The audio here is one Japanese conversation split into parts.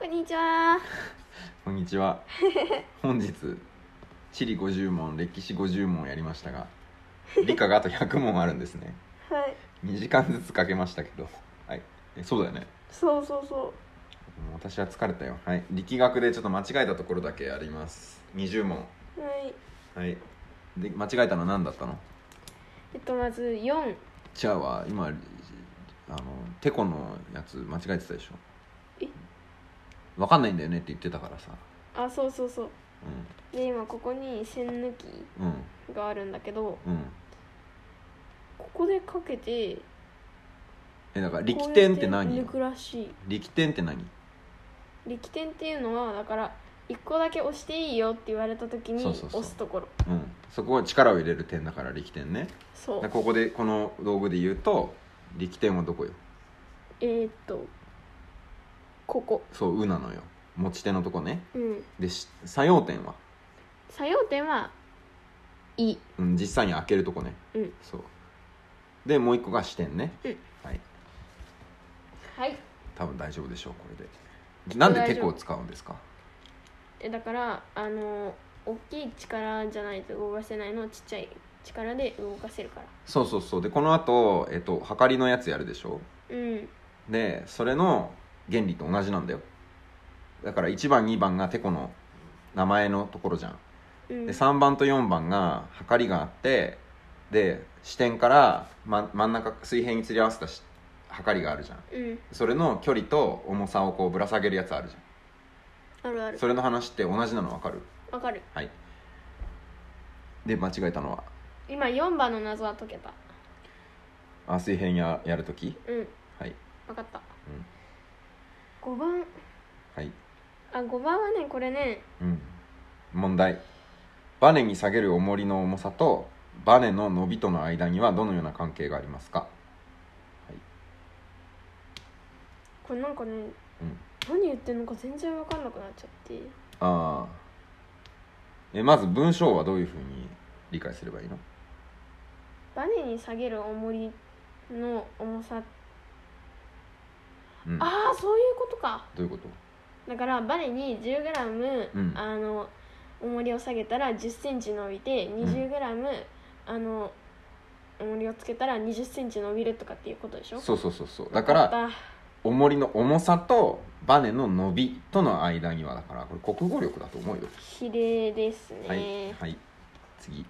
こんにちは。こんに ちは本日地理50問歴史50問やりましたが理科があと100問あるんですねはい。 2時間ずつかけましたけどはいえそうだよねそうそうそもう私は疲れたよはい力学でちょっと間違えたところだけあります20問う。はい。はいで間違えたのは何だったのえっと、まず四。じゃあは今あのテコのやつ間違えてたでしょえ分かんないんだよねって言ってたからさあ、そうそうそう。で、今ここに線抜きうんうんがあるんだけど、うんここでかけて。えだから力点ってこう何やよ抜くらしい。力点って何力点っていうのは、だから。一個だけ押していいよって言われた時にそうそうそう押すところうんそこは力を入れる点だから力点ねそうだからここでこの道具で言うと力点はどこよえー、っとここそう「う」なのよ持ち手のとこねうんでし作用点は作用点は「い」うん、実際に開けるとこね、うんそうでもう一個が支点ね、うんはいはい多分大丈夫でしょうこれでなんでテコを使うんですかえだからあの大きい力じゃないと動かせないのをちっちゃい力で動かせるからそうそうそうでこの後、えっとはかりのやつやるでしょうんでそれの原理と同じなんだよだから1番2番がテコの名前のところじゃんうんで3番と4番がはかりがあってで支点から、ま、真ん中水平に釣り合わせたしはかりがあるじゃんうんそれの距離と重さをこうぶら下げるやつあるじゃんあるあるそれの話って同じなの分かるわかるはいで間違えたのは今4番の謎は解けたあ水平にややるときうんはいわかった、うん5番はいあ5番はねこれねうん問題バネに下げる重りの重さとバネの伸びとの間にはどのような関係がありますかこれなんかねうん何言ってんのか全然わかんなくなっちゃってああえまず文章はどういうふうに理解すればいいのバネに下げる重りの重さうんどああそういうことかういうことだからバネに 10g、うんあの重りを下げたら1 0ンチ伸びて 20g、あの重りをつけたら2 0ンチ伸びるとかっていうことでしょそうそうそうそうだからあっ重りの重さとバネの伸びとの間にはだからこれ国語力だと思うよた比例ですね、はいはい次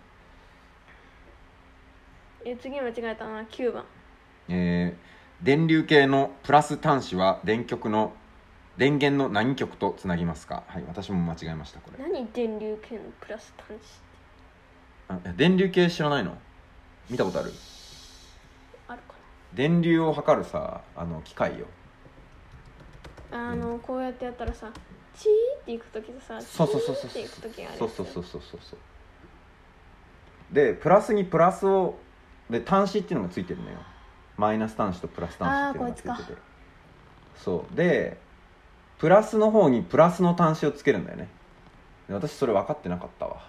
え次間違えたな9番えー電流系のプラス端子は電極の電源の何極とつなぎますかはい私も間違えましたこれ何電流圏のプラス端子ってあえ電流系知らないの見たことあるあるか電流を測るさあの機械よなあの、こうやってやったらさチーっていく時とさそうそうそうそうチそーっていうく時があるそうそうそうそうそうそうでプラスにプラスをで端子っていうのがついてるのよマイナス端子とプラス端子っていうのがつあーいこいてつてそうでプラスの方にプラスの端子をつけるんだよねで私それ分かってなかったわ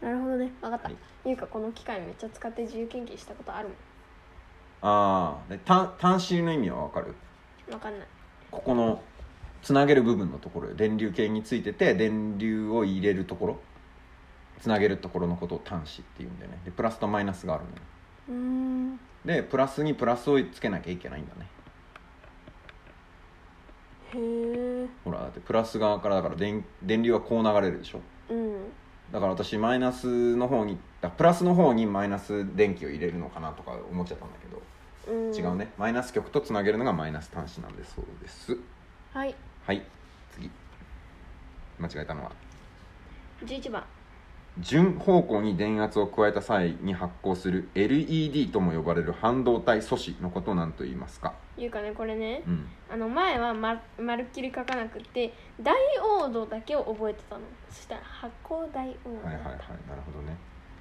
なるほどね分かった、はいゆうかこの機械めっちゃ使って自由研究したことあるもああで単端子の意味はわかるん分かんないここのつなげる部分のところよ電流系についてて電流を入れるところつなげるところのことを端子っていうんだよねでプラスとマイナスがあるのようーんでプラスにプラスをつけなきゃいけないんだねへえほらだってプラス側からだから電電流はこう流れるでしょうんだから私マイナスの方にだプラスの方にマイナス電気を入れるのかなとか思っちゃったんだけどうん違うねマイナス極とつなげるのがマイナス端子なんでそうですはいはい次間違えたのは11番順方向に電圧を加えた際に発光する LED とも呼ばれる半導体素子のことを何と言いますかいうかねこれねうんあの前はままるっきり書かなくってダイオードだけを覚えてたのそしたら発光ダイオードはいはいはいなるほどね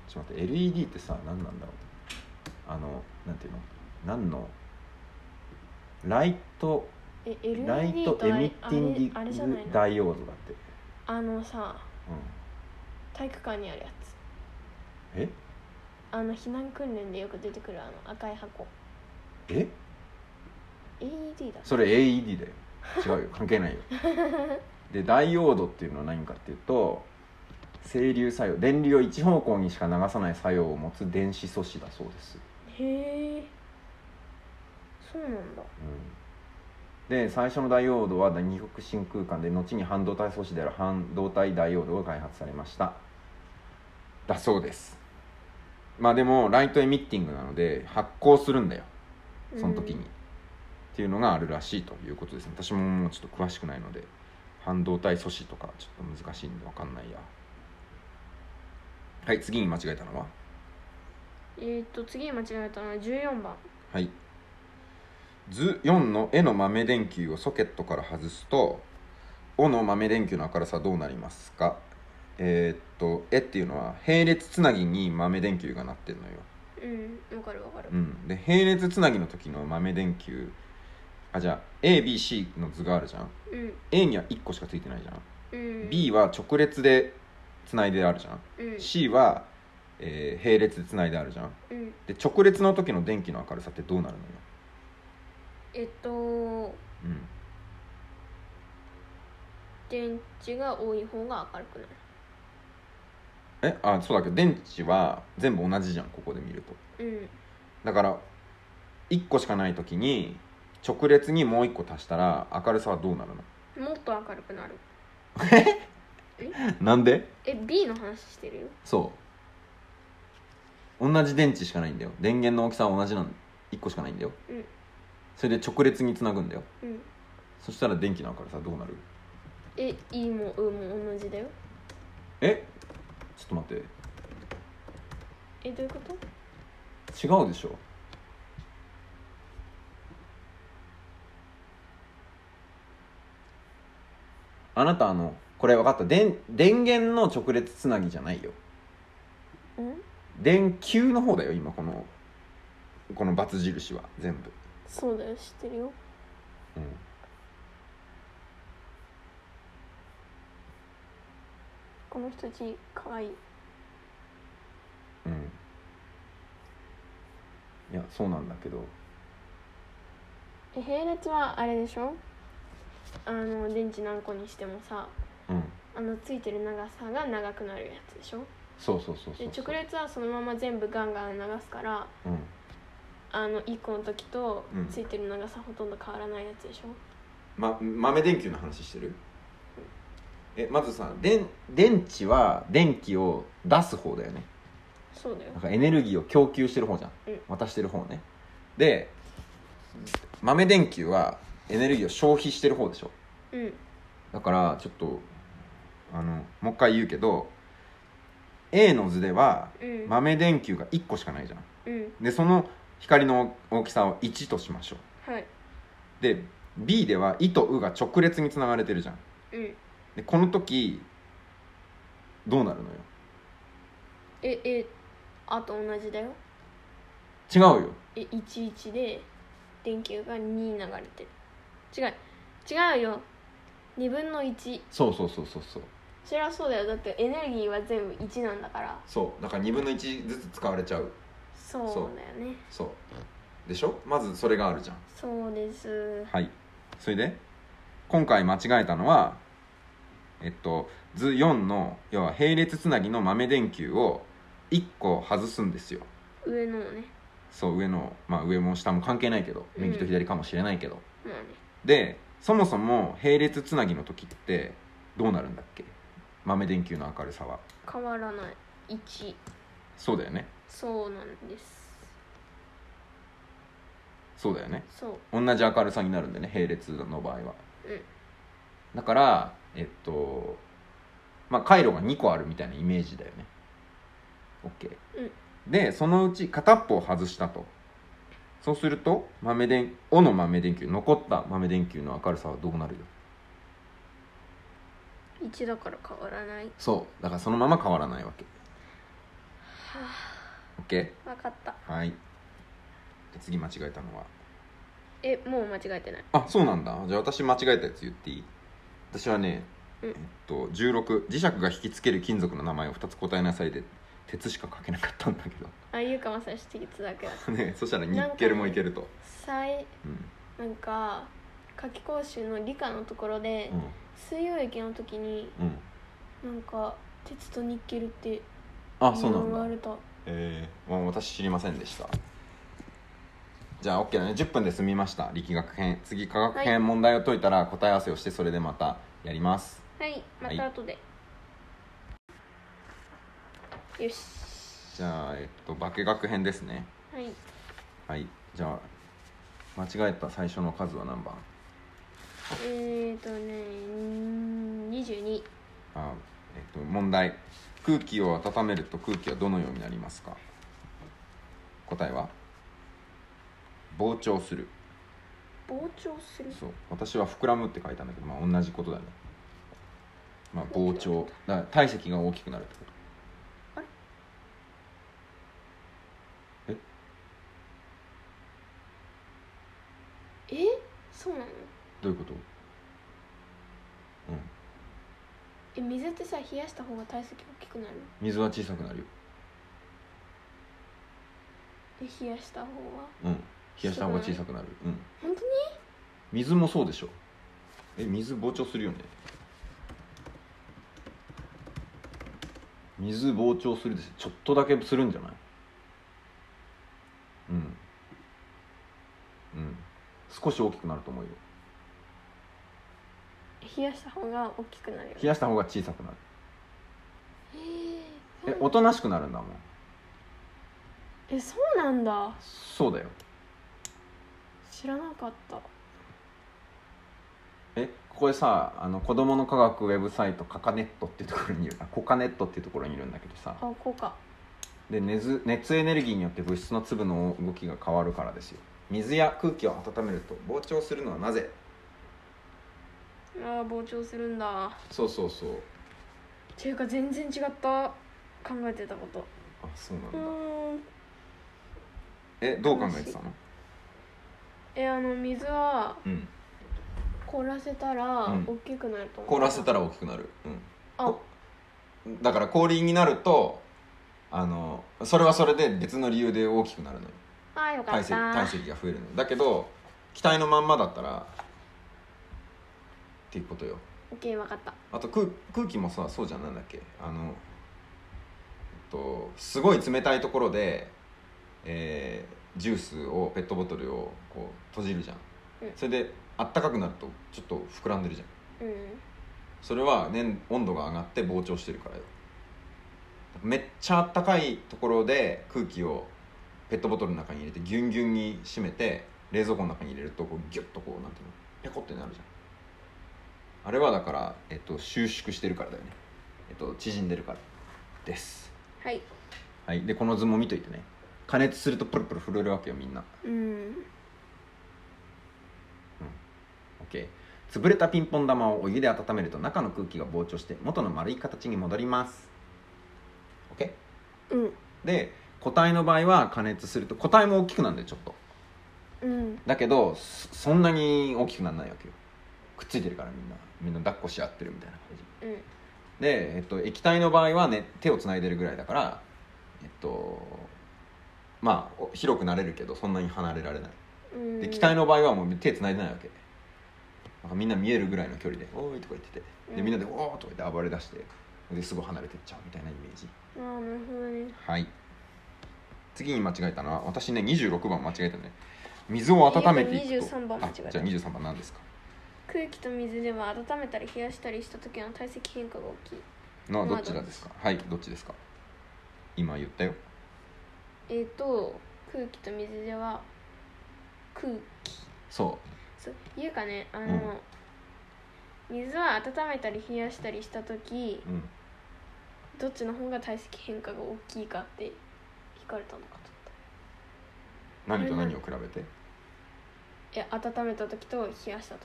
ちょっと待って LED ってさ何なんだろうあのなんていうの何のライトえライ LED トとあエれミッティンあれあれじゃグないのダイオードだって、あのさうん、体育館にあるやつえあの避難訓練でよく出てくるあの赤い箱え AED だそれ AED だよ 違うよ関係ないよでダイオードっていうのは何かっていうと整流作用電流を一方向にしか流さない作用を持つ電子素子だそうです、へえそうなんだうん、で最初のダイオードは二極真空間で後に半導体素子である半導体ダイオードが開発されましただそうですまあでもライトエミッティングなので発光するんだよその時に、うんっていうのがあるらしいということですね私ももうちょっと詳しくないので半導体素子とかちょっと難しいんで分かんないやはい次に間違えたのはえーっと次間違えたのは14番はい図4の絵の豆電球をソケットから外すと「お」の豆電球の明るさはどうなりますかえーっと「え」っていうのは並列つなぎに豆電球がなってるのようんわかるわかるうん、で並列つなぎの時の豆電球あじゃあ ABC の図があるじゃんうん、 A には1個しかついてないじゃん、うん、 B は直列でつないであるじゃん、うん、 C は、えー並列でつないであるじゃんうん、で直列の時の電気の明るさってどうなるのよ、えっとうん、電池が多い方が明るくなるえあそうだけど電池は全部同じじゃんここで見るとうんだから1個しかない時に直列にもう1個足したら明るさはどうなるのもっと明るくなるなんでえ B の話してるよそう同じ電池しかないんだよ電源の大きさは同じなん1個しかないんだよ、うんそれで直列につなぐんだようんそしたら電気の明るさどうなるえ E も U も同じだよえちょっと待ってえどういうこと違うでしょあなたあのこれ分かった電電源の直列つなぎじゃないようん電球の方だよ今このこの×印は全部そうだよ知ってるようんこの人たち可愛いうんいやそうなんだけどえ並列はあれでしょあの電池何個にしてもさうんあのついてる長さが長くなるやつでしょそうそうそうそでうそう直列はそのまま全部ガンガン流すからうんあの1個の時とうんついてる長さほとんど変わらないやつでしょ、ま、豆電球の話してるえまずさ電電池は電気を出す方だよねそうだよなんかエネルギーを供給してる方じゃん、うん渡してる方ねで豆電球はエネルギーを消費してる方でしょうんだからちょっとあのもう一回言うけど A の図ではうん、豆電球が1個しかないじゃんうんでその光の大きさを1としましょうはいで B では「い」と「う」が直列につながれてるじゃんうんでこの時どうなるのよええあと同じだよ違うよえ11で電球が2流れてる違う違うよ2分の1そうそうそうそうそうそりゃそうだよだってエネルギーは全部1なんだからそうだから2分の1ずつ使われちゃうそうだよねそうでしょまずそれがあるじゃんそうですはいそれで今回間違えたのはえっと図4の要は並列つなぎの豆電球を1個外すんですよ上のをねそう上のまあ上も下も関係ないけどうん右と左かもしれないけど、まあねでそもそも並列つなぎの時ってどうなるんだっけ豆電球の明るさは変わらない1そうだよねそうなんですそうだよねそう同じ明るさになるんだよね並列の場合はうんだからえっとまあ回路が2個あるみたいなイメージだよね OK、でそのうち片っぽを外したとそうすると豆電「お」の豆電球残った豆電球の明るさはどうなるよ1だから変わらないそうだからそのまま変わらないわけ OK 分かったはいで次間違えたのはえもう間違えてないあそうなんだじゃあ私間違えたやつ言っていい私はね、うんえっと16磁石が引きつける金属の名前を2つ答えなさいで鉄しか書けなかったんだけ あゆうかまさしっていつだけだどねそしたらニッケルもいけると、さいうん、なんか夏期講習の理科のところで、水溶液の時にうんうんなんか鉄とニッケルってあそうなん言われだたええまあ私知りませんでしたじゃあ OK だね10分で済みました力学編次化学はい編問題を解いたら答え合わせをしてそれでまたやりますはいまた後で、よしじゃあえっと化学編ですねはいはいじゃあ間違えた最初の数は何番えーとね22あえっと問題空気を温めると空気はどのようになりますか答えは膨張する膨張するそう私は膨らむって書いたんだけどまあ同じことだねまあ膨張だから体積が大きくなるってことえそうなのどういうことうんえ水ってさ冷やした方が体積大きくなる水は小さくなるよえ冷やした方はうん冷やした方が小さくなるうん本当に水もそうでしょえ水膨張するよね水膨張するですちょっとだけするんじゃないうんうん少し大きくなると思うよ冷やした方が大きくなるよ冷やした方が小さくなるええおとなしくなるんだもんえそうなんだそうだよ知らなかったえここでさあの子供の科学ウェブサイトカカネットっていうところにいるあコカネットっていうところにいるんだけどさあこうかで熱熱エネルギーによって物質の粒の動きが変わるからですよ水や空気を温めると膨張するのはなぜあー膨張するんだそうそうそうっていうか全然違った考えてたことあそうなんうだ、ーんえどう考えてたのえあの水はうん凍らせたらうん大きくなると思う、凍らせたら大きくなるうあんだから氷になるとあのそれはそれで別の理由で大きくなるのよあーよか体っ積た体積が増えるのだけど気体のまんまだったらっていうことよオッケーわかったあと空空気もさそうじゃんなんだっけあの、えっと、すごい冷たいところで、えージュースをペットボトルをこう閉じるじゃん、うんそれであったかくなるとちょっと膨らんでるじゃんうんそれは、ね、温度が上がって膨張してるからよめっちゃあったかいところで空気をペットボトルの中に入れてギュンギュンに締めて冷蔵庫の中に入れるとこうギュッとこうなんていうのペコってなるじゃんあれはだから、えっと、収縮してるからだよね、えっと、縮んでるからです、はいはい、でこの図も見といてね加熱するとプルプル震えるわけよみんなうん OK 潰れたピンポン玉をお湯で温めると中の空気が膨張して元の丸い形に戻ります OK うんで固体の場合は加熱すると固体も大きくなるんだよちょっとうんだけどそそんなに大きくならないわけよくっついてるからみんなみんな抱っこし合ってるみたいな感じうんで、えっと、液体の場合はね手をつないでるぐらいだからえっとまあお広くなれるけどそんなに離れられないうんで機体の場合はもう手つないでないわけなんかみんな見えるぐらいの距離で「おーい」とか言っててでみんなで「おー」とか言って暴れ出してですぐ離れてっちゃうみたいなイメージあーなるほどねはい次に間違えたのは私ね26番間違えたね水を温めていくとえーと23番間違えたあじゃあ23番何ですか空気と水では温めたり冷やしたりした時の体積変化が大きいのどちらですかはいどっちですか今言ったよえー、と空気と水では空気そそういうかねあの、水は温めたり冷やしたりした時う、うん、どっちの方が体積変化が大きいかって聞かれたのかと思っ何と何を比べてたいや温めた時と冷やした時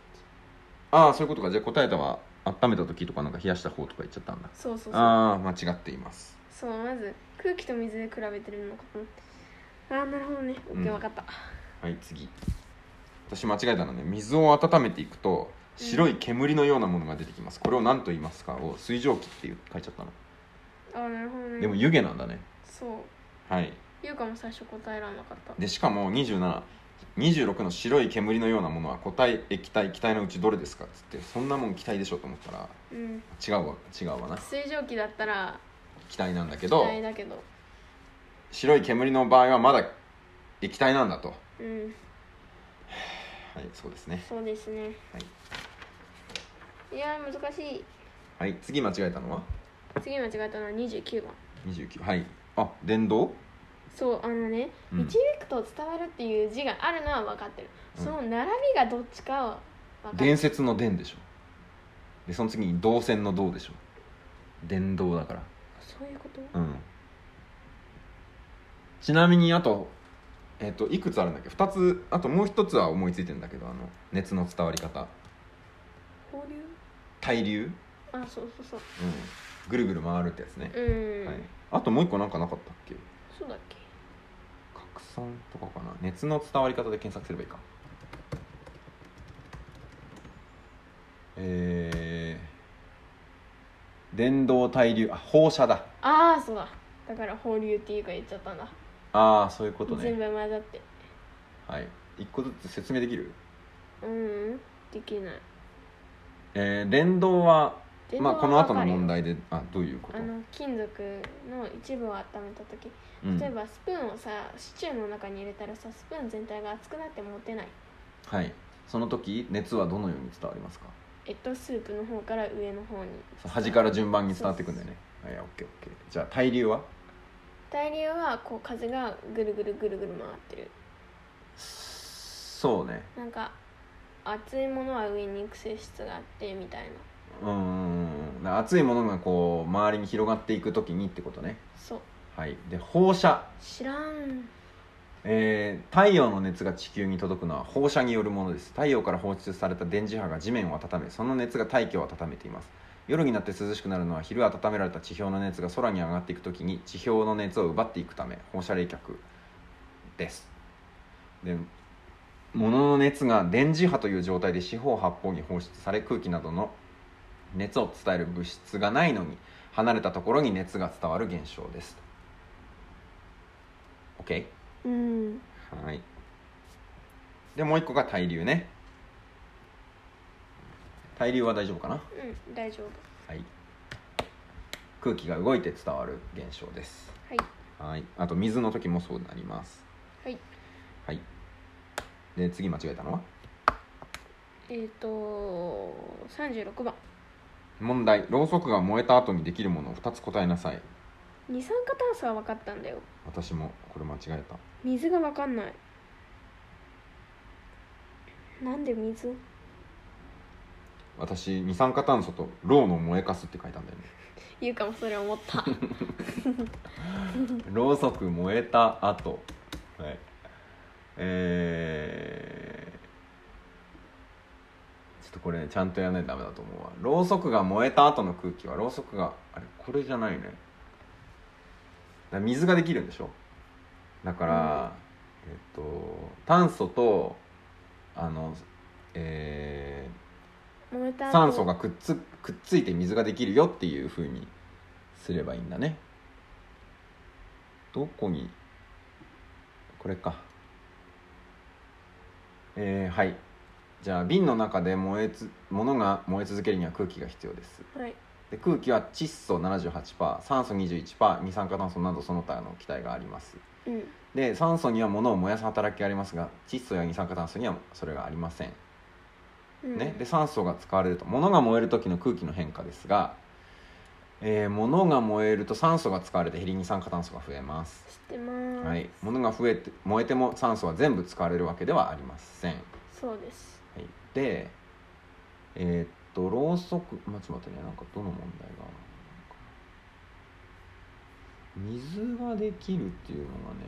ああそういうことかじゃあ答えたは温めた時とかなんか冷やした方とか言っちゃったんだそうそうそうああ間違っていますそうまず空気と水で比べてるのかと思ってああなるほどねオッケうーんわかった、はい次私間違えたのね水を温めていくと白い煙のようなものが出てきます、これを何と言いますかを水蒸気っていう書いちゃったの、ああなるほどねでも湯気なんだねそうはい優香も最初答えられなかったでしかも27 26の白い煙のようなものは固体液体気体のうちどれですかっつってそんなもん気体でしょと思ったらうん、違うわ違うわな水蒸気だったら気体なんだけ気ど体だけど白い煙の場合はまだ液体なんだとうんはいそうですねそうですね、、はいやー難しいはい次間違えたのは次間違ったのは29番29はいあ電動そうあのね「うん導くと伝わる」っていう字があるのは分かってる、うんその並びがどっちかは分かる伝説の電でしょでその次に動線の動でしょ電動だからそういうことうんちなみにあとえっ、といくつあるんだっけ2つあともう1つは思いついてんだけどあの熱の伝わり方放流対流、うん、あそうそうそうぐるぐる回るってやつね、うん、はい、あともう1個なんかなかったっけそうだっけ拡散とかかな熱の伝わり方で検索すればいいかえー、電動対流あ放射だああそうだだから放流っていうか言っちゃったんだ、ああそういうこと全ね部混ざってはい一個ずつ説明できるうんできないえー、電動は電動まあはこの後分のかるよ問題であどういうことあの金属の一部を温めた時うん例えばスプーンをさシチューの中に入れたらさスプーン全体が熱くなって持てないはいその時熱はどのように伝わりますかえっとスープの方から上の方にそう端から順番に伝わっていくんだよねはいオッケーオッケーじゃあ対流は対流はこう風がぐるぐるぐるぐる回ってるそうねなんか熱いものは上に行く性質があってみたいなうんうんうんうん熱いものがこう周りに広がっていく時にってことねそうはいで放射、知らんえー太陽の熱が地球に届くのは放射によるものです太陽から放出された電磁波が地面を温めその熱が大気を温めています夜になって涼しくなるのは昼温められた地表の熱が空に上がっていく時に地表の熱を奪っていくため放射冷却ですで物の熱が電磁波という状態で四方八方に放出され空気などの熱を伝える物質がないのに離れたところに熱が伝わる現象です OK? うんはいでもう一個が対流ね対流は大丈夫かなうん大丈夫はい空気が動いて伝わる現象ですはいはいあと水の時もそうなりますはいはいで次間違えたのはえっ、ー、と36番問題ろうそくが燃えた後にできるものを2つ答えなさい二酸化炭素は分かったんだよ私もこれ間違えた水が分かんないなんで水私二酸化炭素とろうの燃えかすって書いたんだよね言うかもそれ思った ろうそく燃えた後はいえーちょっとこれねちゃんとやらないとダメだと思うわろうそくが燃えた後の空気はろうそくがあれこれじゃないねだから水ができるんでしょだから、えっと炭素とあのえ燃えたー後酸素がくっつくっついて水ができるよっていうふうにすればいいんだねどこにこれかえー、はいじゃあ瓶の中で燃えつ物が燃え続けるには空気が必要ですはいで空気は窒素78%酸素21%二酸化炭素などその他の気体がありますうんで酸素には物を燃やす働きがありますが窒素や二酸化炭素にはそれがありませんうんね、で酸素が使われると物が燃える時の空気の変化ですが、えー物が燃えると酸素が使われて減り二酸化炭素が増えます、知ってます、はい、物が増えて燃えても酸素は全部使われるわけではありません、はそうですい、でえーっとろうそくまあちょっと待ってねなんかどの問題が水ができるっていうのがね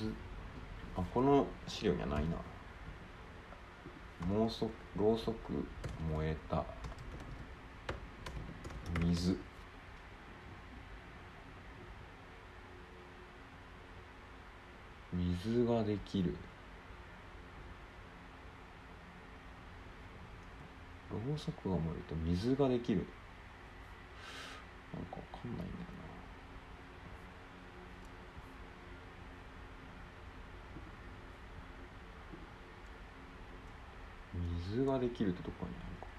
水あこの資料にはないなもうそろうそく燃えた水水ができるろうそくが燃えると水ができるなんかわかんないんだよな図ができるってとこにあるか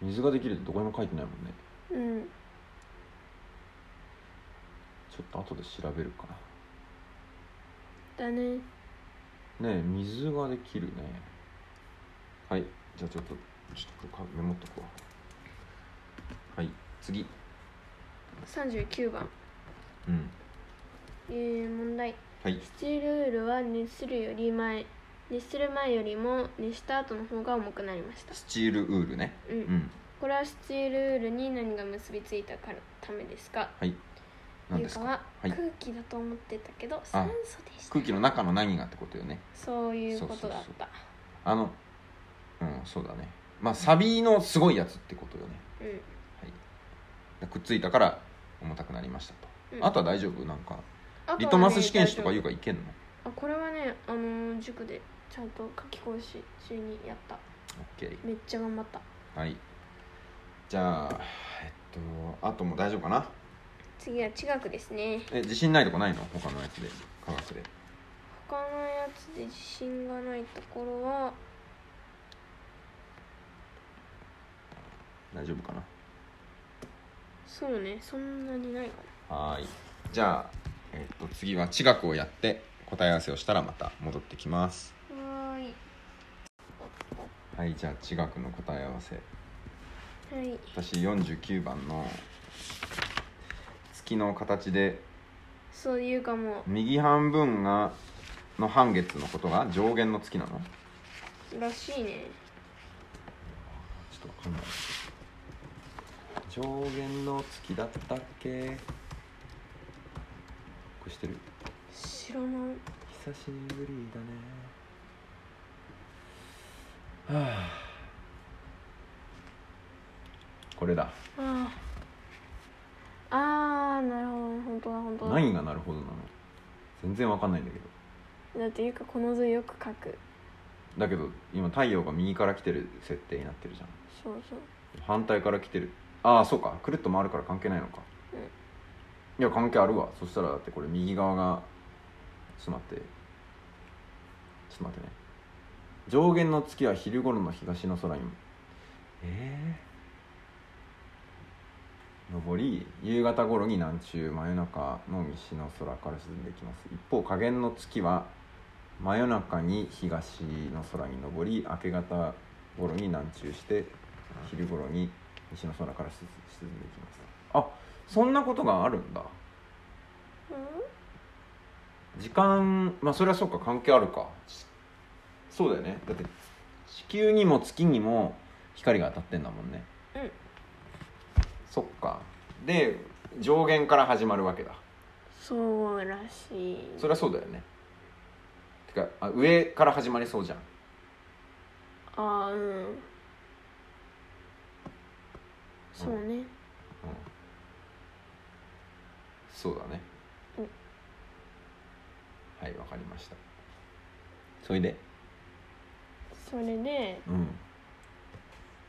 水ができるってどこにも書いてないもんねうんちょっと後で調べるかだねなねえ水ができるねはいじゃあちょっとちょっとこれメモっとくわはい次39番うんえー、問題はいスチールウールは熱するより前熱する前よりも熱した後の方が重くなりましたスチールウールねうん、うんこれはスチールウールに何が結びついたからためですかはい何ゆでうすかかははい空気だと思ってたけど、酸素でした空気の中の何がってことよねそういうことだったあのうんそうだねまあサビのすごいやつってことよね、はい、くっついたから重たくなりましたと、うんうんあとは大丈夫なんかあとはねリトマス試験紙とか大丈いうかいけんの夫あこれはねあのー塾でちゃんと夏期講習中にやったオッケめっちゃ頑張ったーはいじゃあえっとあともう大丈夫かな次は地学ですねえ自信ないとこないの他のやつで科学で他のやつで自信がないところは大丈夫かなそうねそんなにないかはーいじゃあ、えっと、次は地学をやって答え合わせをしたらまた戻ってきますなはーいはいじゃあ地学の答え合わせはい私49番の月の形でそういうかも右半分がの半月のことが上限の月なのちょっらしいねとわかんない上限の月だったっけこれしてる知らない久しぶりだねはあこれだあああーなるほど本当だ本当だ何がなるほどなの全然わかんないんだけどだっていうかこの図よく書くだけど今太陽が右から来てる設定になってるじゃんそうそう反対から来てるああそうかくるっと回るから関係ないのか、うんいや関係あるわそしたらだってこれ右側がちょっと待ってちょっと待ってね上限の月は昼頃の東の空にええー、上り夕方頃に南中真夜中の西の空から沈んできます一方下限の月は真夜中に東の空に上り明け方頃に南中して昼頃に西の空から沈沈んできますあそんなことがあるんだう時間まあそれはそうか関係あるかしそうだよねだって地球にも月にも光が当たってんだもんねうんそっかで上限から始まるわけだんそうらしいそれはそうだよねてかあ上から始まりそうじゃんああうんそうねうんそうだね、うんはいわかりましたそれでそれでうん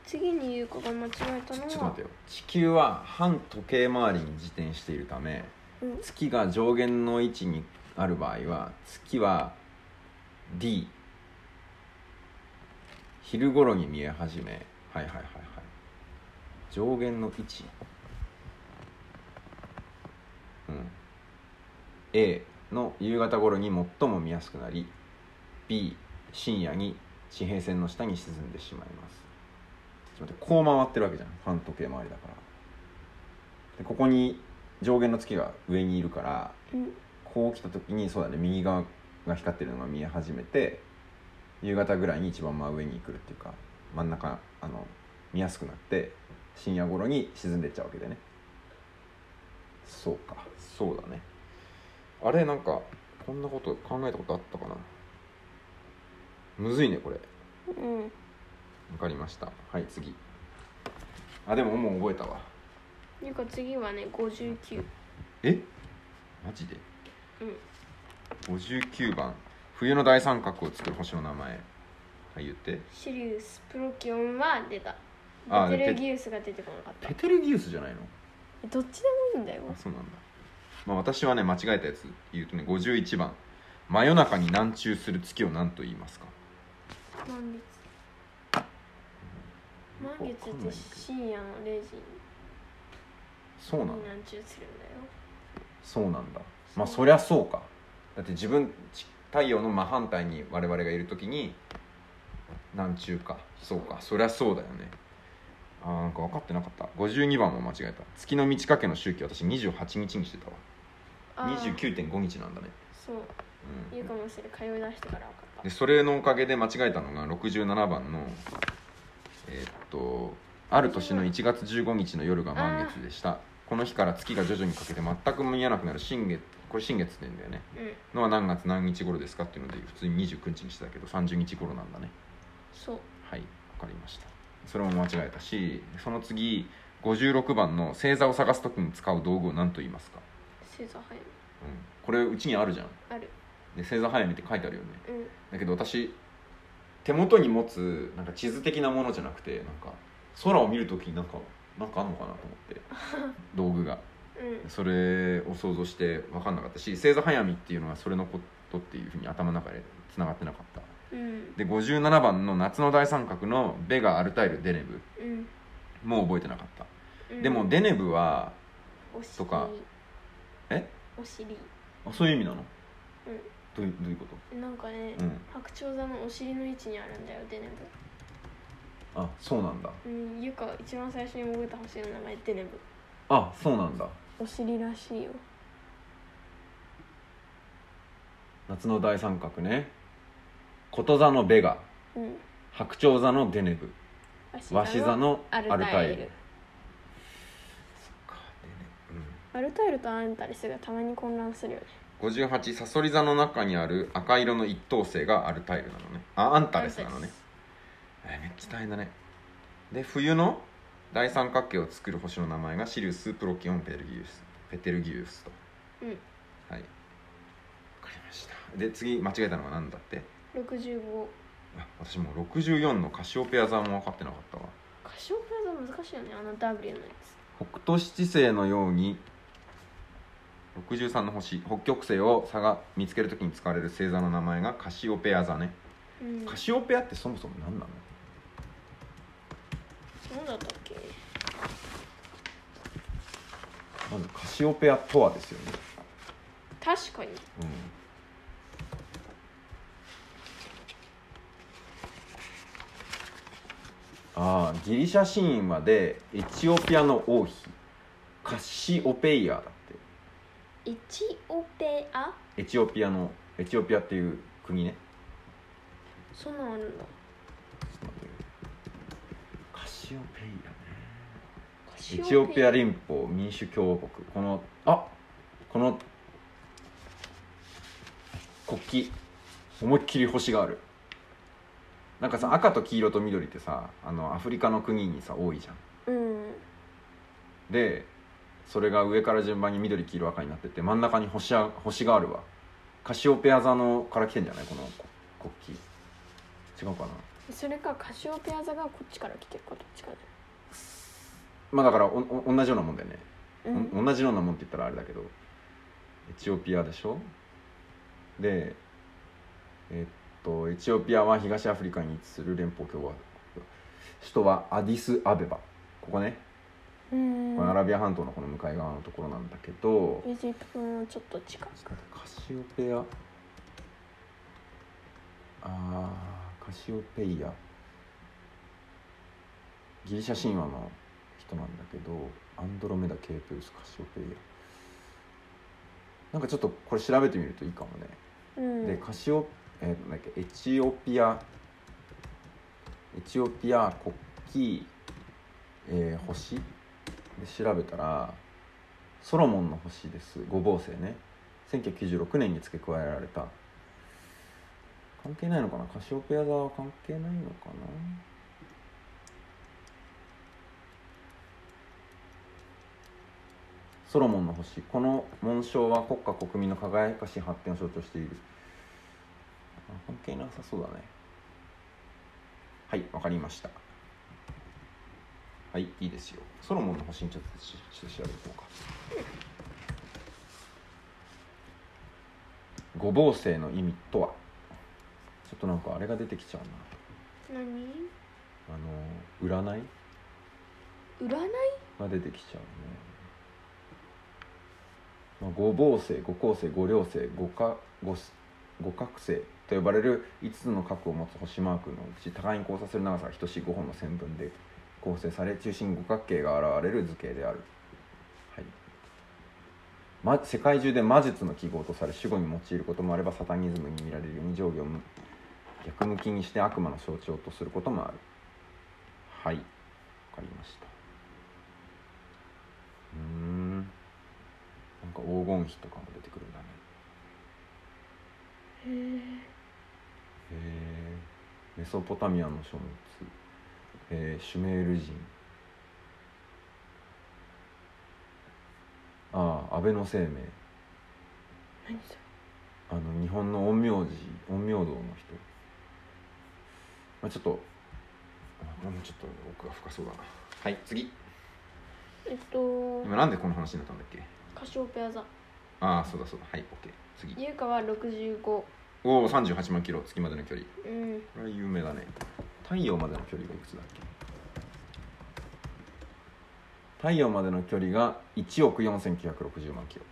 次に優子が間違えたちょのはちょっと待ってよ地球は反時計回りに自転しているためうん月が上限の位置にある場合は月は D 昼頃に見え始めはいはいはいはい上限の位置うん A の夕方頃に最も見やすくなり B 深夜に地平線の下に沈んでしまいますちょっと待ってこう回ってるわけじゃん反時計回りだからでここに上限の月が上にいるからうんこう来た時にそうだね右側が光ってるのが見え始めて夕方ぐらいに一番真上に来るっていうか真ん中あの見やすくなって深夜頃に沈んでっちゃうわけでねそうかそうだねあれなんかこんなこと考えたことあったかなむずいねこれうんわかりましたはい次あでももう覚えたわ優子次はね59えマジでうん59番冬の大三角を作る星の名前はい言ってシリウスプロキオンは出たあベテでルギウスが出てこなかったペテルギウスじゃないのえどっちでもいいんだよあそうなんだ、まあ、私はね間違えたやつ言うとね51番真夜中に南中する月を何と言いますか満月満月わかんっなていけど深夜の0時にそうなんだ南中するんだよそうなんだまあそりゃそうかだって自分ち太陽の真反対に我々がいる時に南中かそうかそりゃそうだよねあーなんか分かってなかった52番も間違えた月の満ち欠けの周期私28日にしてたあわー29.5日なんだね、そううん言うかもしれない通い出してから分かったでそれのおかげで間違えたのが67番のえーっとある年の1月15日の夜が満月でしたこの日から月が徐々にかけて全く見えなくなる新月これ新月って言うんだよねうんのは何月何日頃ですかっていうので普通に29日にしてたけど30日頃なんだねそうはいわかりましたそれも間違えたしその次56番の星座を探す時に使う道具を何と言いますか、星座早めうん、これうちにあるじゃんあるで星座早めって書いてあるよねうんだけど私手元に持つなんか地図的なものじゃなくてなんか空を見る時になんかなんかあんのかなと思って道具がうんそれを想像して分かんなかったし星座早見っていうのはそれのことっていうふうに頭の中でつながってなかったうんで57番の「夏の大三角」の「ベガ・アルタイル・デネブうん」もう覚えてなかった、うんでもデネブはお尻とかえお尻あそういう意味なうのどういうどういうことんなんかね、うん白鳥座のお尻の位置にあるんだよデネあそうなんだブうんゆか一番最初に覚えた星の名前デネブあそうなんだお尻らしいよ夏の大三角ねこと座のベガうん白鳥座のデネブ鷲座のアアルルタイルタイルそっかデネブうんアルタイルとアンタレスがたまに混乱するよね58サソリ座の中にある赤色の一等星がアルタイルなのねあアンタレスなのねえーめっちゃ大変だねで冬の大三角形を作る星の名前がシリウスプロキオンペルギウスペテルギウスとうんはいわかりましたで次間違えたのが何だって65あ私もう64のカシオペア座も分かってなかったわカシオペア座難しいよねあの W のや北斗七星のように63の星北極星を探見つけるときに使われる星座の名前がカシオペア座ねつうんカシオペアってそもそも何なのそうだったっけまずカシオペアとはですよね、確かにうん、ああギリシャ神話でエチオピアの王妃カシオペイアだっエチオペアてエチオピアのエチオピアっていう国ねそんなのあるんだカシオペイアねカエシチオピアリ連邦民主共和国このあこの国旗思いっきり星があるなんかさ赤と黄色と緑ってさあのアフリカの国にさ多いじゃんうんでそれが上から順番に緑黄色赤になってて真ん中に星あ星があるわカシオペア座のから来てんじゃないこのこ国旗違うかなそれかカシオペア座がこっちから来てるかどっちかねまあだからおお同じようなもんだよねうんお同じようなもんって言ったらあれだけどエチオピアでしょでえっとエチオピアは東アフリカに位置する連邦共和国首都はアディスアベバここねうんこのアラビア半島のこの向かい側のところなんだけどエジプトのちょっと近くカシオペアあーカシオペイアギリシャ神話の人なんだけどアンドロメダ・ケープウスカシオペイアなんかちょっとこれ調べてみるといいかもね、うんでカシオえーなんだっけエチオピアエチオピア国旗、えー星で調べたらソロモンの星です五芒星ね1996年に付け加えられた関係ないのかなカシオペア座は関係ないのかなソロモンの星この紋章は国家国民の輝かしい発展を象徴しているあ関係なさそうだねはいわかりましたはいいいですよソロモンの星にちょっとしちょっと調べていこうか五芒星の意味とはちょっとなんかあれが出てきちゃう何なあの占い占いが出てきちゃうね、まあ、五芒星五光星五稜星五か五す五角星と呼ばれる5つの角を持つ星マークのうち互いに交差する長さが等しい5本の線分で構成され中心に五角形が現れる図形である、はいま、世界中で魔術の記号とされ主語に用いることもあればサタニズムに見られるように上下をむ逆向きにして悪魔の象徴とすることもあるはいわかりましたうーんなんか黄金比とかも出てくるんだねへーへえメソポタミアの書物、えーシュメール人ああ安倍の生命何それあの日本の陰陽師陰陽道の人、まあ、ちょっとあもうちょっと奥が深そうだなはい次えっと今なんでこの話になったんだっけカシオペア座ああそうだそうだはい OK 次優香は65おお38万キロ月までの距離うんこれは有名だね太陽までの距離がいくつだっけ太陽までの距離が1億4960万キロ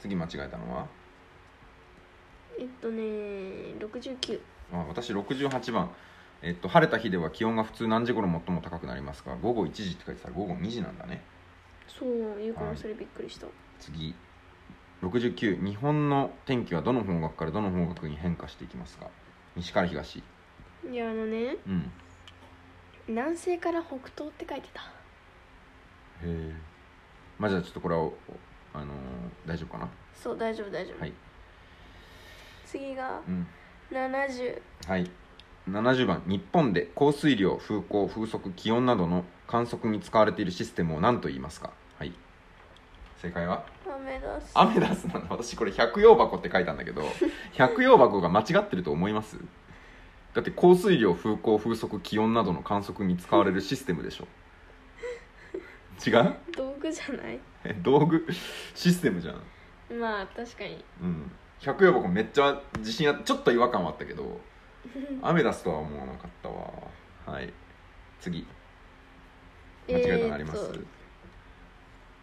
次間違えたのはえっとね69あ私68番えっと晴れた日では気温が普通何時頃最も高くなりますか午後1時って書いてたら午後2時なんだねそう優香はもいそれびっくりした、次69日本の天気はどの方角からどの方角に変化していきますか西から東い、やあのねうん南西から北東って書いてたへえまあじゃあちょっとこれはおあのー大丈夫かなそう大丈夫大丈夫、はい、次がうん、 70はい70番日本で降水量風向風速気温などの観測に使われているシステムを何と言いますかはい正解は雨だすアメダスなんだ私これ百葉箱って書いたんだけど 百葉箱が間違ってると思いますだって降水量風向風速気温などの観測に使われるシステムでしょ違う道具じゃないえ道具システムじゃんまあ確かにうん百葉箱めっちゃ自信あちょっと違和感はあったけ どアメダスとは思わなかったわはい次間違えたのあります、えーっと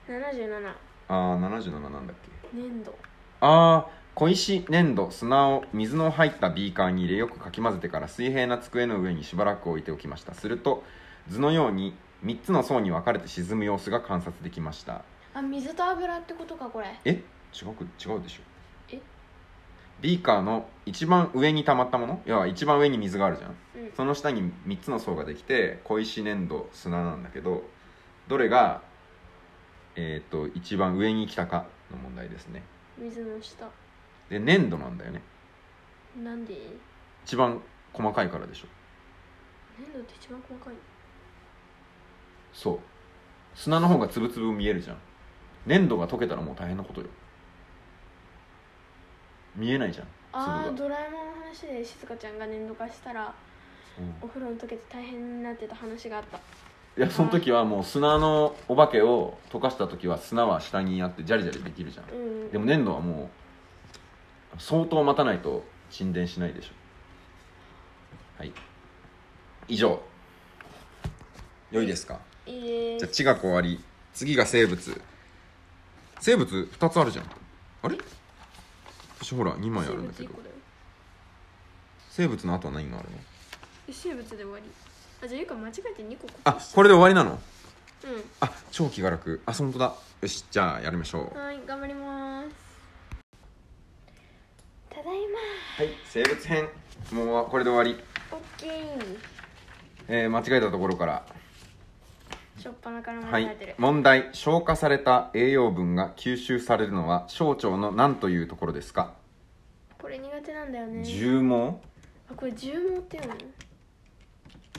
77ああ77なんだっけ粘土ああ小石粘土砂を水の入ったビーカーに入れよくかき混ぜてから水平な机の上にしばらく置いておきましたすると図のように3つの層に分かれて沈む様子が観察できましたあ水と油ってことかこれえ違うく違うでしょえビーカーの一番上に溜まったものいや一番上に水があるじゃんうんその下に3つの層ができて小石粘土砂なんだけどどれがえっ、と一番上に来たかの問題ですね水の下で粘土なんだよねなんで一番細かいからでしょ粘土って一番細かいそう砂の方がつぶつぶ見えるじゃん粘土が溶けたらもう大変なことよ見えないじゃんああ粒がドラえもんの話でしずかちゃんが粘土化したらうんお風呂に溶けて大変になってた話があったいやその時はもう砂のお化けを溶かした時は砂は下にあってジャリジャリできるじゃんうんでも粘土はもう相当待たないと沈殿しないでしょはい以上良いですかいいでじゃあす地学終わり次が生物生物2つあるじゃんあれ私ほら2枚あ生るん物だけ一ど個だよ生物の後は何があるのえ生物で終わりあじゃあゆうか間違えて2個コピあーしこれで終わりなのたうんあ超気が楽あ本当だよしじゃあやりましょうはい、頑張ります。ただいはい生物編もうこれで終わり、ま。オッケー。えー間違えたところからしょっぱなからは間違えてるい。問題消化された栄養分が吸収されるのは小腸の何というところですかこれ苦手なんだよね。重毛あ、これ重毛っていうの。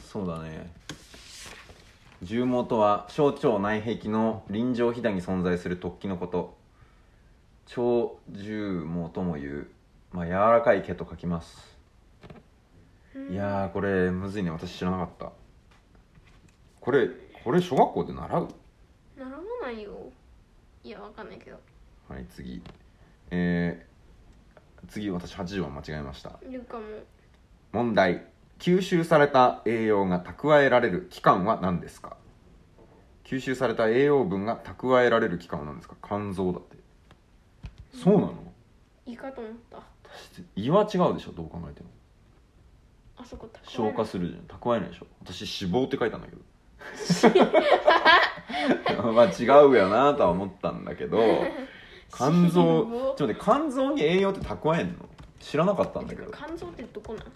そうだね重毛とは小腸内壁の臨場肥大に存在する突起のこと腸重毛ともいうまあ柔らかい毛と書きますうんいやーこれむずいね私知らなかったこれこれ小学校で習う習わないよ。いやわかんないけどはい次えー次私80番間違えましたいるかも問題吸収された栄養が蓄えられる期間は何ですか吸収された栄養分が蓄えられる期間は何ですか肝臓だってそうなのいいかと思った私胃は違うでしょどう考えてもあそこ高い消化するじゃん蓄えないでしょ私脂肪って書いたんだけ どまあ違うやなとは思ったんだけど肝臓ち ょっと待って肝臓に栄養って蓄えんの知らなかったんだけど肝臓ってどこなん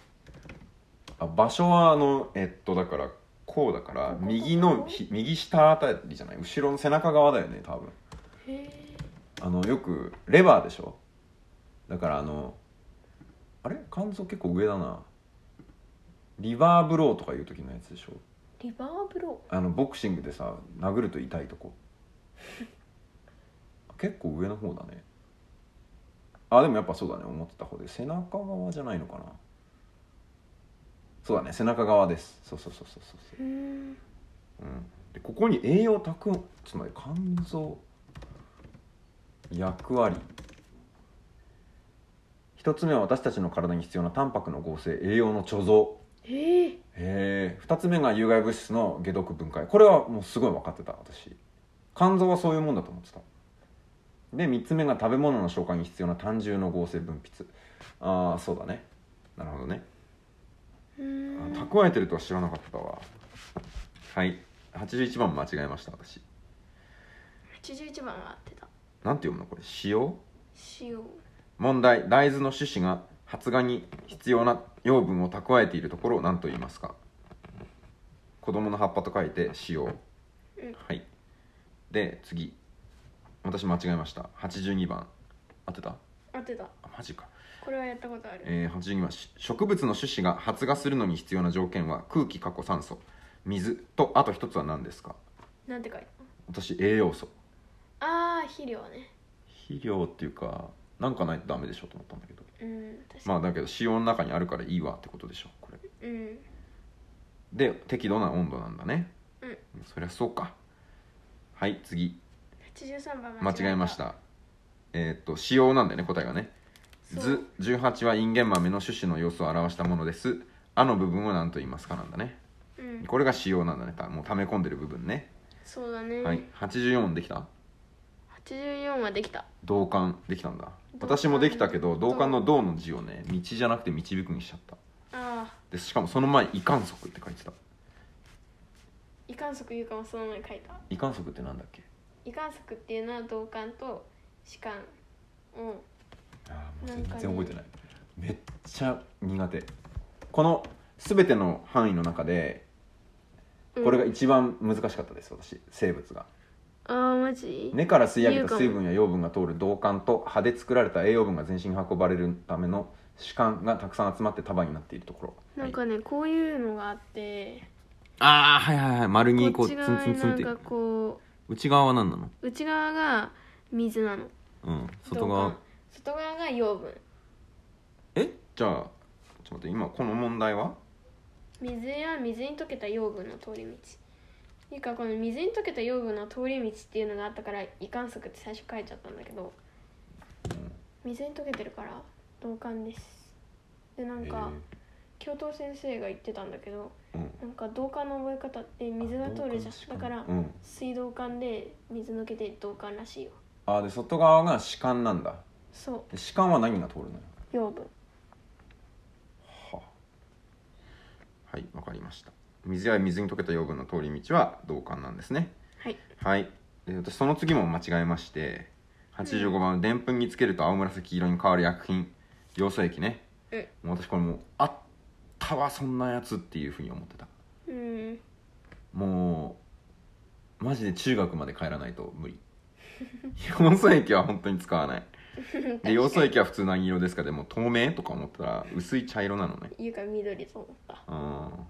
あ場所はあのえっとだからこうだからここ右のひ右下あたりじゃない後ろの背中側だよね多分へえあのよくレバーでしょだからあのあれ肝臓結構上だなリバーブローとかいう時のやつでしょリバーブロあのボクシングでさ殴ると痛いとこ 結構上の方だねあでもやっぱそうだね思ってた方で背中側じゃないのかなそうだね背中側ですそうそうそうそうそうそうーうーんうんでここに栄養たくつまり肝臓役割一つ目は私たちの体に必要なタンパクの合成栄養の貯蔵へえへえ二つ目が有害物質の解毒分解これはもうすごい分かってた私肝臓はそういうもんだと思ってたで三つ目が食べ物の消化に必要な胆汁の合成分泌ああそうだねなるほどねうーあん蓄えてるとは知らなかったわはい81番間違えました私81番は合ってたなんて読むのこれ塩塩問題大豆の種子が発芽に必要な養分を蓄えているところを何と言いますか子供の葉っぱと書いて塩、はいで次私間違えました82番当てた合ってたあマジかこれはやったことあるえー、82番し植物の種子が発芽するのに必要な条件は空気過去酸素水とあと一つは何ですかなんて書いた私栄養素ああ肥料ね肥料っていうかなんかないとダメでしょと思ったんだけどうん確かまあだけど塩の中にあるからいいわってことでしょこれにうんで適度な温度なんだねうんそりゃそうかはい次83番間違えましたえーっと塩なんだよね答えがねそう図18はインゲン豆の種子の様子を表したものですあの部分を何と言いますかなんだねうんこれが塩なんだねたもう溜め込んでる部分ね、そうだね、はい84問できた84はできた同感できたんだ同感私もできたけど同同感の「同」の字をね道じゃなくて導くにしちゃったああでしかもその前「胃観測」って書いてた胃観測いうかもその前に書いた胃観測ってなんだっけ胃観測っていうのは同感と視観をあーもうなん全かね然覚えてないめっちゃ苦手この全ての範囲の中でこれが一番難しかったです私生物がああマジ根から吸い上げ言うかたも水分や養分が通る導管と葉で作られた栄養分が全身に運ばれるための歯間がたくさん集まって束になっているところなんはいかね、こういうのがあってああはいはいはい丸にここうっツちン側ツンにツンなってんかこ内側は何なのう内側が水なのうん外側同感外側が養分えじゃあちょっと待って今この問題は水や水に溶けた養分の通り道ていうかこの水に溶けた養分の通り道っていうのがあったから胃観測って最初書いちゃったんだけど水に溶けてるから同感ですでなんか教頭先生が言ってたんだけどえーうんなんか同感の覚え方って水が通るじゃんだからうん水道管で水抜けて同管らしいよあーで外側が歯間なんだそうで歯間は何が通るのよ養分はあはいわかりました水や水に溶けた養分の通り道は同感なんですねはいはいで私その次も間違えまして85番でんぷんにつけると青紫色に変わる薬品ヨウ素液ねえもう私これもうあったわそんなやつっていうふうに思ってたうんもうマジで中学まで帰らないと無理 ヨウ素液は本当に使わないでヨウ素液は普通何色ですかでも透明とか思ったら薄い茶色なのねいうか緑と思ったうん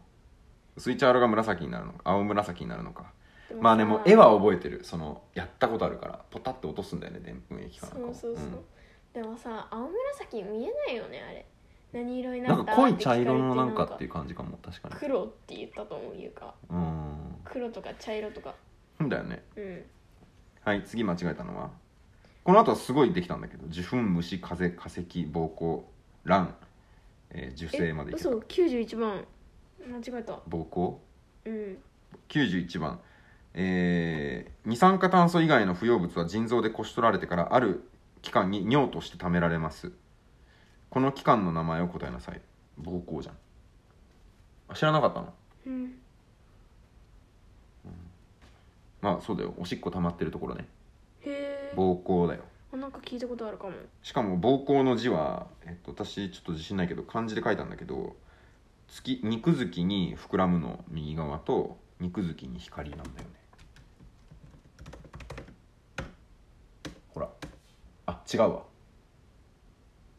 薄い茶色が紫になるのか青紫になるのかでまあねさもう絵は覚えてるそのやったことあるからポタって落とすんだよねでんぷん液かなんかそをうそうそう、でもさ青紫見えないよねあれ何色にうんななったんか濃い茶色のなんか聞っかていれう感じかも確かに黒って言ったと思ういうかうん黒とか茶色とかうんだよねうんはい次間違えたのはこの後はすごいできたんだけど受粉虫風化石膀胱卵、えー受精までいけた嘘九十一番間違えた膀胱うん91番、えー二酸化炭素以外の不要物は腎臓でこし取られてからある期間に尿として貯められますこの期間の名前を答えなさい膀胱じゃんあ知らなかったのうんまあそうだよおしっこ溜まってるところねへえ膀胱だよあなんか聞いたことあるかもしかも膀胱の字は、えっと、私ちょっと自信ないけど漢字で書いたんだけど月肉月に膨らむの右側と肉月に光なんだよねほらあ違うわ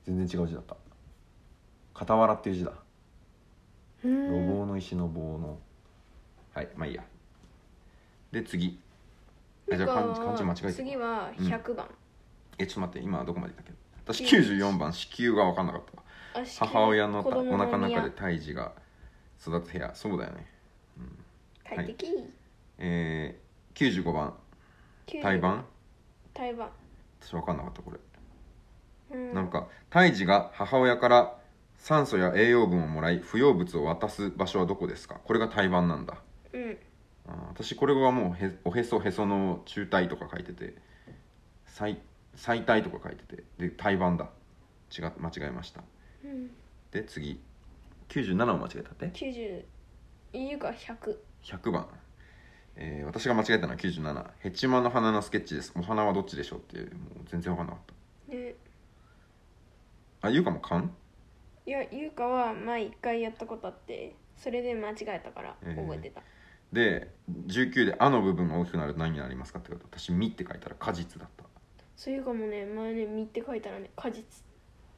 全然違う字だった傍らっていう字だう路ん棒の石の棒のはいまあいいやで次あじゃあ漢字漢字間違えてる次はうん百番、えちょっと待って今どこまでいったっけ私91 94番子宮が分かんなかったわあ母親の子たお供の腹の中宮で胎児が育つ部屋そうだよね快適、えー、95番90胎盤胎盤私分かんなかったこれ、うんなんか胎児が母親から酸素や栄養分をもらい不要物を渡す場所はどこですかこれが胎盤なんだうんあー私これはもうへおへそへその中体とか書いてて最最体とか書いててで胎盤だ違う間違えましたうんで次97を間違えたって九十いいか百100番、えー私が間違えたのは97ヘチマの花のスケッチですお花はどっちでしょうっていうもう全然分かんなかっねたあゆうかも勘いや優香は前一回やったことあってそれで間違えたから覚えてた、で19で「あ」の部分が大きくなると何になりますかってこと私「み」って書いたら果実だったそういうかもね前ね「実」って書いたらね果実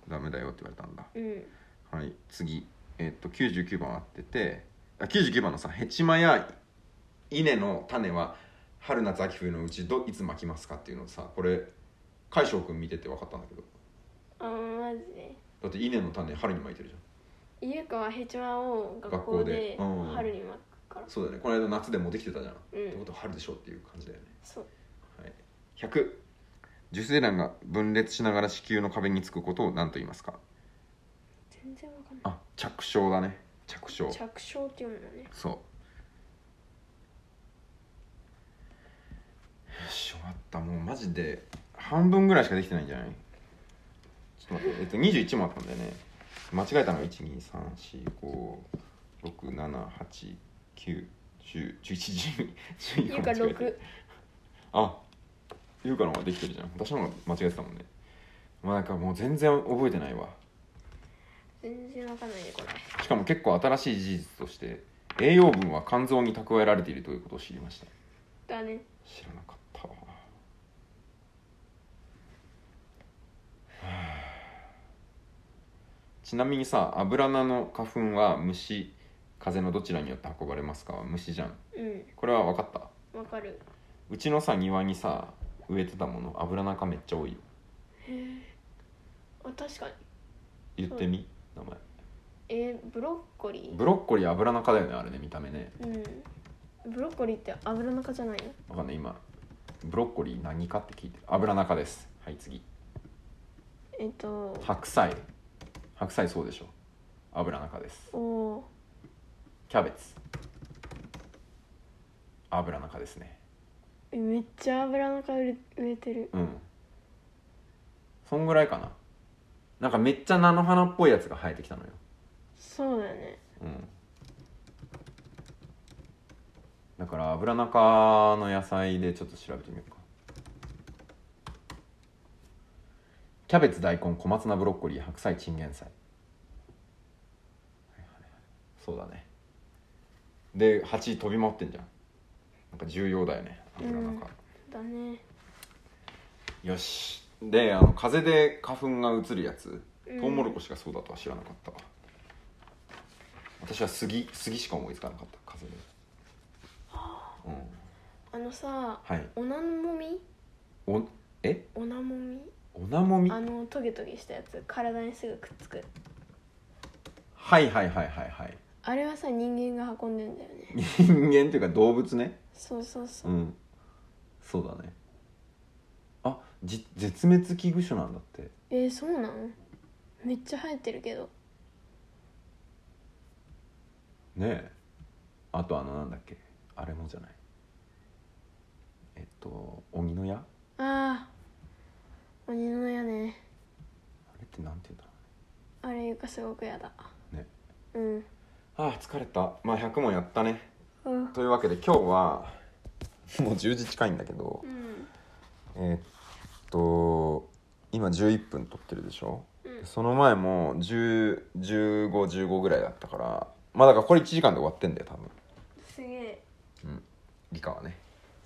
ダメだよって言われたんだうんはい次えっと99番合っててあ99番のさ「ヘチマや稲の種は春夏秋冬のうちどいつ巻きますか?」っていうのをさこれ海翔くん見てて分かったんだけどあーマジでだって稲の種春に巻いてるじゃん優香はヘチマを学学校校ででうん春に巻くからそうだよねこの間夏で持ってきてたじゃん、うんってことは春でしょっていう感じだよね、そうはい、100受精卵が分裂しながら子宮の壁につくことを何と言いますか全然わかんないあ着床だね着床着床っていうのねそうよし終わったもうマジで半分ぐらいしかできてないんじゃないちょっと待ってえっと21もあったんだよね間違えたのが優123456789101112香六あ優香の方ができてるじゃん私の方が間違えてたもんねまあなんかもう全然覚えてないわ全然わかんないねこれしかも結構新しい事実として栄養分は肝臓に蓄えられているということを知りましただね知らなかったわ はあちなみにさアブラナの花粉は虫風のどちらによって運ばれますか虫じゃんうんこれは分かったわかるうちのさ庭にさ植えてたものアブラナ科めっちゃ多いよあ確かに言ってみ名前えーブロッコリーブロッコリーアブラナ科だよねあれね見た目ねうんブロッコリーって油中じゃないのわかんない今ブロッコリー何かって聞いてる油中ですはい次えっと白菜白菜そうでしょ油中ですおおキャベツ油中ですねーえめっちゃ油中植えてるうんそんぐらいかななんかめっちゃ菜の花っぽいやつが生えてきたのよそうだよねうんだから油中の野菜でちょっと調べてみようかキャベツ大根小松菜ブロッコリー白菜チンゲン菜はいはいはいそうだねで蜂飛び回ってんじゃんなんか重要だよね油中、だねよしであの風で花粉が移るやつうんトウモロコシがそうだとは知らなかったわ、私は杉杉しか思いつかなかった風で、うん、あのさはいおなもみおえおなもみおなもみあのトゲトゲしたやつ体にすぐくっつくはいはいはいはいはい あれはさ人間が運んでんだよね人間というか動物ねそうそうそうう、んそうだねじ絶滅危惧種なんだってえー、そうなんめっちゃ生えてるけどねえあとあのなんだっけあれもじゃないえっと鬼の矢ああ鬼の矢ねあれってなんて言うんだろあれがすごくやだうねうんああ疲れたまあ100問やったねうんというわけで今日はもう10時近いんだけどうんえっと今11分撮ってるでしょうんその前も101515ぐらいだったからまあだからこれ1時間で終わってんだよ多分すげえ理科はね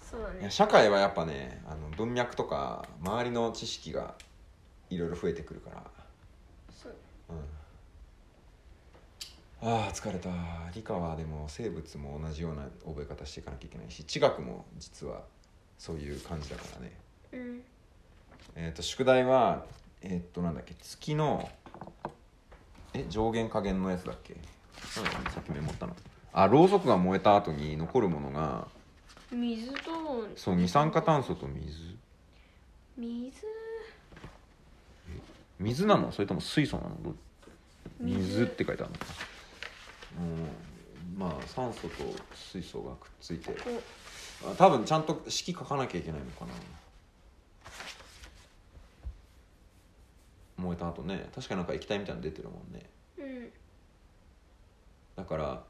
そうだいやね社会はやっぱねあの文脈とか周りの知識がいろいろ増えてくるから、そううん、ああ疲れた理科はでも生物も同じような覚え方していかなきゃいけないし地学も実はそういう感じだからねうんえっ、と宿題はえっ、となんだっけ月のえ上限下限のやつだっけなんだっけさっきメモったのあろうそくが燃えた後に残るものが水とそう二酸化炭素と水水水なのそれとも水素なのど水水って書いてあるのうんまあ酸素と水素がくっついてこうあ多分ちゃんと式書かなきゃいけないのかな燃えた後ね確かなんか液体みたいなの出てるもんねうんだから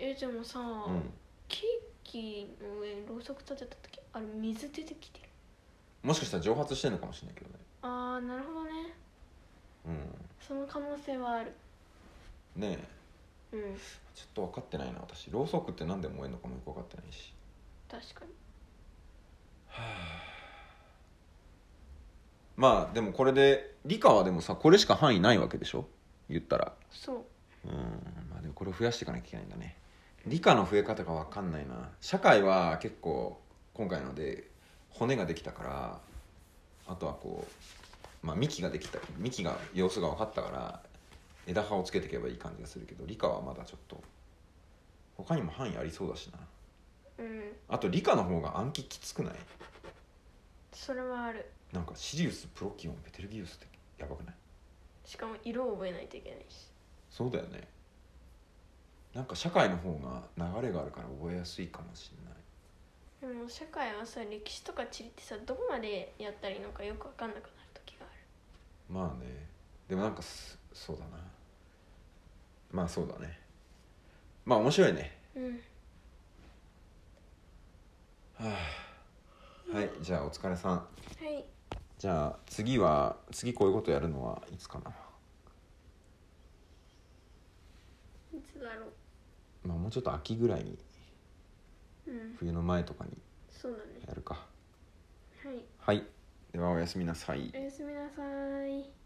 えでもさ、うんケーキの上にろうそく立てた時あれ水出てきてるもしかしたら蒸発してるのかもしれないけどねああなるほどねその可能性はあるうんねうえんちょっと分かってないな私ろうそくって何で燃えるのかもよく分かってないし確かにまあでもこれで理科はでもさこれしか範囲ないわけでしょ言ったらそううんまあでもこれを増やしていかなきゃいけないんだね理科の増え方が分かんないな社会は結構今回ので骨ができたからあとはこうまあ幹ができた幹が様子が分かったから枝葉をつけていけばいい感じがするけど理科はまだちょっと他にも範囲ありそうだしなうんあと理科の方が暗記きつくないそれはあるなんかシリウスプロキオンベテルギウスってやばくないしかも色を覚えないといけないしそうだよねなんか社会の方が流れがあるから覚えやすいかもしれないでも社会はさ歴史とか地理ってさどこまでやったらいいのかよく分かんなくなる時があまあねでもなんかすそうだなまあそうだねまあ面白いねるうんはいじゃあお疲れさんはいじゃあ次は次こういうことやるのはいつかないつだろまあもうちょっと秋ぐらいにううん冬の前とかにそうだねやるかはいはいではおやすみなさいおやすみなさい